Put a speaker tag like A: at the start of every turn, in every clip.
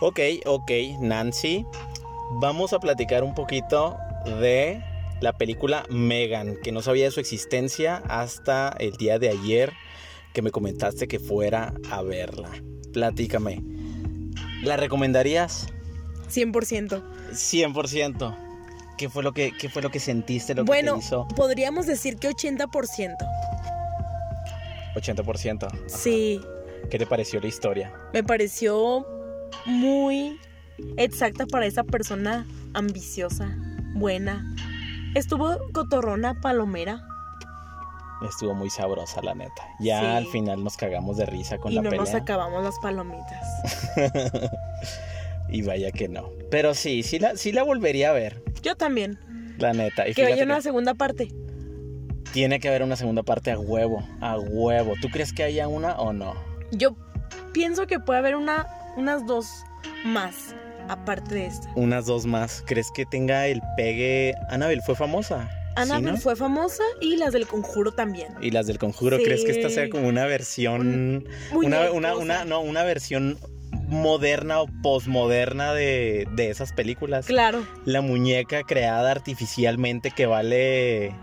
A: Ok, ok, Nancy. Vamos a platicar un poquito de la película Megan, que no sabía de su existencia hasta el día de ayer que me comentaste que fuera a verla. Platícame. ¿La recomendarías?
B: 100%.
A: 100%. ¿Qué fue lo que, qué fue lo que sentiste, lo
B: bueno,
A: que te hizo?
B: podríamos decir que 80%.
A: 80%. Ajá.
B: Sí,
A: ¿Qué te pareció la historia?
B: me pareció muy exacta para esa persona ambiciosa, buena. Estuvo cotorrona, palomera.
A: Estuvo muy sabrosa, la neta. Ya
B: Sí.
A: al final nos cagamos de risa con
B: y
A: la
B: no nos
A: pelea.
B: acabamos las palomitas.
A: y vaya que no. Pero sí, sí la, sí la volvería a ver,
B: Yo también.
A: la neta. Y
B: Que
A: fíjate
B: haya una
A: que
B: segunda parte.
A: tiene que haber una segunda parte a huevo, a huevo. ¿Tú crees que haya una o no?
B: Yo pienso que puede haber una, unas dos más, aparte de esta.
A: Unas dos más. ¿Crees que tenga el pegue? Anabel fue famosa.
B: Annabelle
A: ¿sí, no?
B: fue famosa y las del conjuro también.
A: Y las del conjuro, ¿crees que esta sea
B: Sí.
A: como una versión... Una, una,
B: Muñecos,
A: una,
B: ¿eh?
A: no, una versión moderna o posmoderna de, de esas películas.
B: Claro.
A: La muñeca creada artificialmente que vale.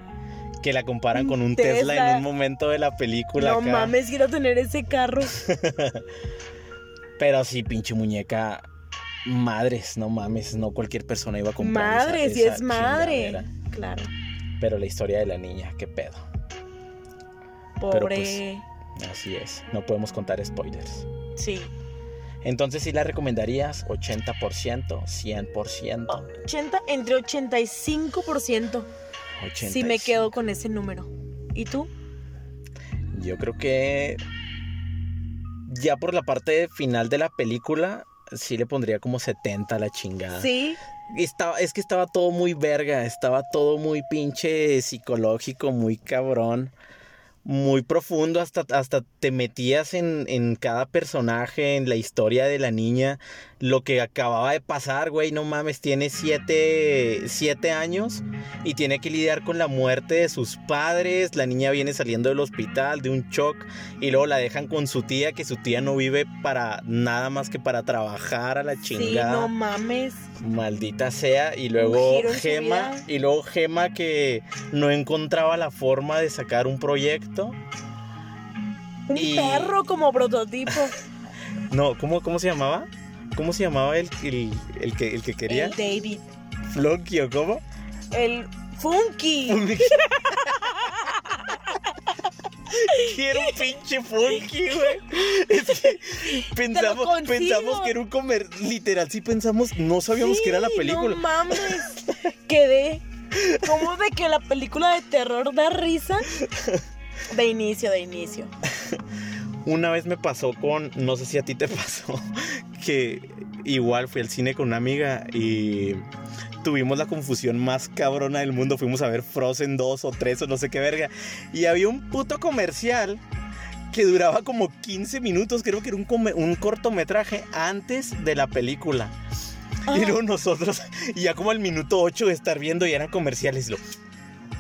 A: que la comparan con un Tesla,
B: Tesla.
A: en un momento de la película.
B: No
A: acá.
B: mames, quiero tener ese carro.
A: Pero sí, pinche muñeca. Madres, no mames, no cualquier persona iba a comprar. esa-
B: Madre, si
A: esa
B: es madre.
A: chingadera.
B: Claro.
A: Pero la historia de la niña, qué pedo. pues,
B: Pobre.
A: Así es, no podemos contar spoilers.
B: Sí.
A: Entonces, sí la recomendarías 80%, 100%.
B: 80, entre 85%.
A: 85.
B: Si me quedo con ese número. ¿Y tú?
A: Yo creo que ya por la parte final de la película sí le pondría como 70 a la chingada.
B: Sí.
A: Estaba, es que estaba todo muy verga, estaba todo muy pinche psicológico, muy cabrón, muy profundo, hasta, hasta te metías en, en cada personaje, en la historia de la niña, lo que acababa de pasar, güey, no mames, tiene siete, siete años y tiene que lidiar con la muerte de sus padres, la niña viene saliendo del hospital, de un shock, y luego la dejan con su tía, que su tía no vive para nada más que para trabajar a la chingada.
B: Sí, no mames.
A: Maldita sea. Y luego
B: giro en su
A: Gema.
B: vida.
A: Y luego Gema que no encontraba la forma de sacar un proyecto.
B: Un
A: Y-
B: perro como prototipo.
A: No, ¿cómo, cómo se llamaba? ¿Cómo se llamaba el, el- el que, el que quería?
B: El David.
A: ¿Floki o cómo?
B: El Funky.
A: Funky. Quiero un pinche funky, güey. Es que pensamos,
B: consigo.
A: pensamos que era un comer. Literal, sí pensamos, no sabíamos que era la
B: Sí,
A: película.
B: No mames. Quedé. ¿Cómo de que la película de terror da risa? De inicio, de inicio.
A: Una vez me pasó con, no sé si a ti te pasó, que igual fui al cine con una amiga y tuvimos la confusión más cabrona del mundo. Fuimos a ver Frozen 2 o 3 o no sé qué verga. Y había un puto comercial que duraba como 15 minutos, creo que era un, come- un cortometraje antes de la película.
B: Ah.
A: Y luego nosotros, y ya como al minuto 8 de estar viendo y eran comerciales, y lo,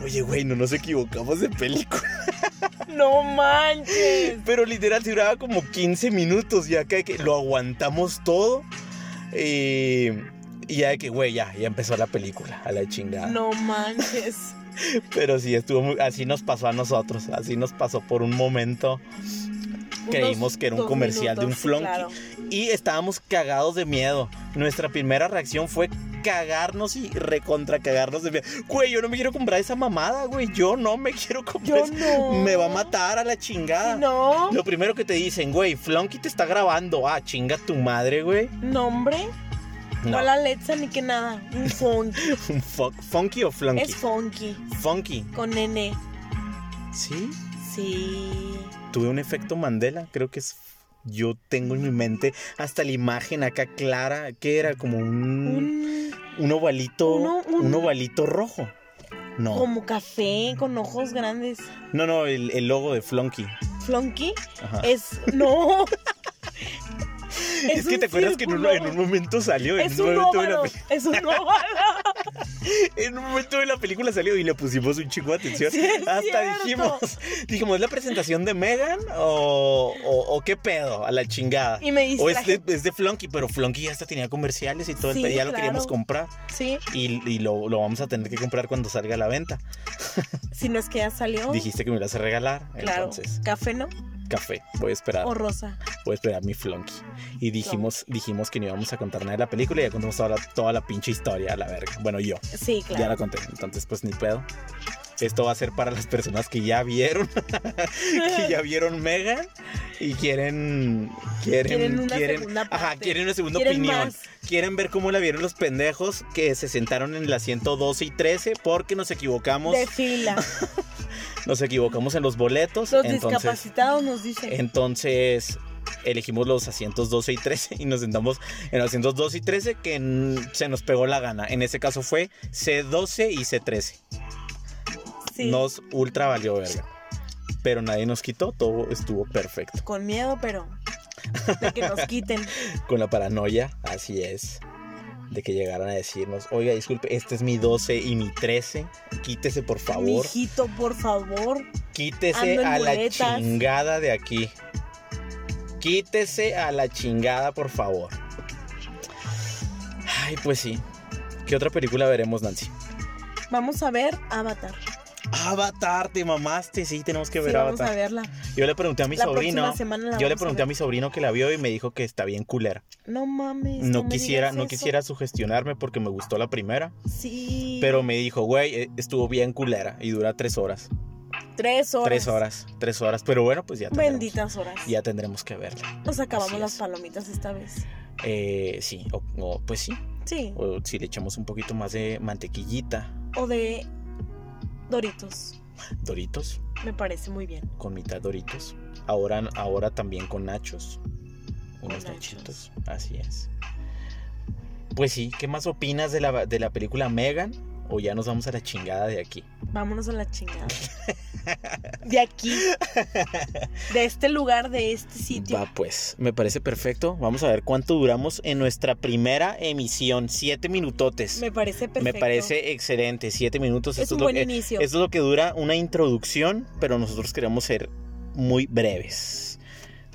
A: oye, güey, no nos equivocamos de película.
B: No manches.
A: Pero literal sí duraba como 15 minutos ya que, que lo aguantamos todo. Y, y ya de que, güey, ya, ya empezó la película, a la chingada.
B: No manches.
A: Pero sí, estuvo muy- así nos pasó a nosotros, así nos pasó por un momento. Creímos que era un
B: dos
A: comercial de un
B: minutos, sí,
A: flonky.
B: claro.
A: Y estábamos cagados de miedo. Nuestra primera reacción fue cagarnos y recontra cagarnos de miedo. Güey, yo no me quiero comprar esa mamada, güey. Yo no me quiero comprar.
B: Yo
A: esa-
B: no.
A: Pues, Me va a matar a la chingada.
B: No.
A: Lo primero que te dicen, güey, Flonky te está grabando. Ah, chinga tu madre, güey.
B: Nombre.
A: No,
B: No la Alexa ni que nada. Un funky.
A: un fo- ¿Funky o Flonky?
B: es funky.
A: Funky.
B: Con N.
A: Sí,
B: Sí.
A: tuve un efecto Mandela. Creo que es. Yo tengo en mi mente hasta la imagen acá clara, que era como un.
B: Un
A: Un ovalito.
B: Uno- un-
A: Un ovalito rojo. No.
B: como café con ojos grandes.
A: No, no, el, el logo de Flonky.
B: Flonky
A: Ajá.
B: es. No.
A: Es que
B: un
A: te acuerdas que en un, en
B: círculo.
A: un momento salió. en
B: Es un
A: momento de la
B: óvalo.
A: peli-
B: Es un óvalo.
A: En un momento de la película salió y le pusimos un chingo de atención.
B: Sí, es
A: Hasta
B: cierto.
A: dijimos, dijimos, ¿es la presentación de Megan o, o- o qué pedo? A la chingada.
B: Y me
A: O es
B: distraje.
A: de, es de Flunky, pero Flunky ya hasta tenía comerciales y todo el
B: Sí,
A: pedo, ya lo
B: claro.
A: queríamos comprar
B: Sí,
A: y, y lo, lo vamos a tener que comprar cuando salga a la venta.
B: si no es que ya salió.
A: Dijiste que me lo vas a regalar,
B: Oh. Claro,
A: entonces Ah.
B: café no
A: café, voy a esperar,
B: o rosa.
A: voy a esperar mi Flunky. Y dijimos, dijimos que no íbamos a contar nada de la película y ya contamos toda la, toda la pinche historia, a la verga. Bueno, yo.
B: Sí,
A: Ya la
B: claro.
A: conté, entonces pues ni pedo. Esto va a ser para las personas que ya vieron, que ya vieron Mega y quieren, quieren,
B: Quieren una
A: quieren-
B: segunda
A: ajá,
B: parte.
A: quieren una segunda
B: Quieren
A: opinión.
B: más.
A: Quieren ver cómo la vieron los pendejos que se sentaron en el asiento 12 y 13 porque nos equivocamos,
B: De fila.
A: nos equivocamos en los boletos,
B: Los
A: entonces,
B: discapacitados nos dicen.
A: entonces elegimos los asientos 12 y 13 y nos sentamos en los asientos 12 y 13 que mm, se nos pegó la gana. En ese caso fue C12 y C13.
B: sí.
A: Nos ultra valió verga. Pero nadie nos quitó, todo estuvo perfecto.
B: Con miedo, pero de que nos quiten.
A: Con la paranoia, así es. De que llegaran a decirnos, oiga, disculpe, este es mi 12 y mi 13. Quítese, por favor.
B: Mijito, por favor.
A: Quítese
B: Ah, ando en
A: a la
B: muletas".
A: chingada de aquí. Quítese a la chingada, por favor. Ay, pues sí. ¿Qué otra película veremos, Nancy?
B: Vamos a ver Avatar.
A: Avatar, te mamaste. Sí, tenemos que
B: Sí,
A: ver
B: vamos
A: Avatar.
B: a verla.
A: Yo le pregunté a mi
B: la
A: sobrino.
B: próxima semana la
A: Yo le
B: vamos
A: pregunté a
B: ver.
A: mi sobrino que la vio y me dijo que está bien culera.
B: No mames.
A: No
B: me
A: quisiera,
B: digas
A: no
B: eso.
A: quisiera sugestionarme porque me gustó la primera,
B: Sí.
A: pero me dijo, güey, eh, estuvo bien culera y dura tres horas,
B: tres horas.
A: tres horas, tres horas. Pero bueno, pues ya tendremos,
B: Benditas horas.
A: ya tendremos que verla.
B: Nos
A: Así
B: acabamos
A: es.
B: las palomitas esta vez.
A: Eh, sí, o, o, pues sí,
B: Sí.
A: o si le echamos un poquito más de mantequillita,
B: O de Doritos.
A: Doritos,
B: Me parece muy bien.
A: con mitad Doritos. Ahora, ahora también con nachos, unos
B: nachos.
A: nachitos, así es. Pues sí, ¿qué más opinas de la, de la película Megan? O ya nos vamos a la chingada de aquí.
B: Vámonos a la chingada. De aquí. De este lugar, de este sitio.
A: Va pues, me parece perfecto. Vamos a ver cuánto duramos en nuestra primera emisión. Siete minutotes.
B: Me parece perfecto.
A: Me parece excelente. Siete minutos.
B: Es
A: Esto
B: un
A: es, lo
B: buen
A: que,
B: inicio.
A: esto es lo que dura una introducción, pero nosotros queremos ser muy breves.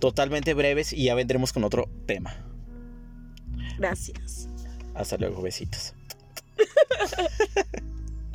A: Totalmente breves y ya vendremos con otro tema.
B: Gracias.
A: Hasta luego, besitos.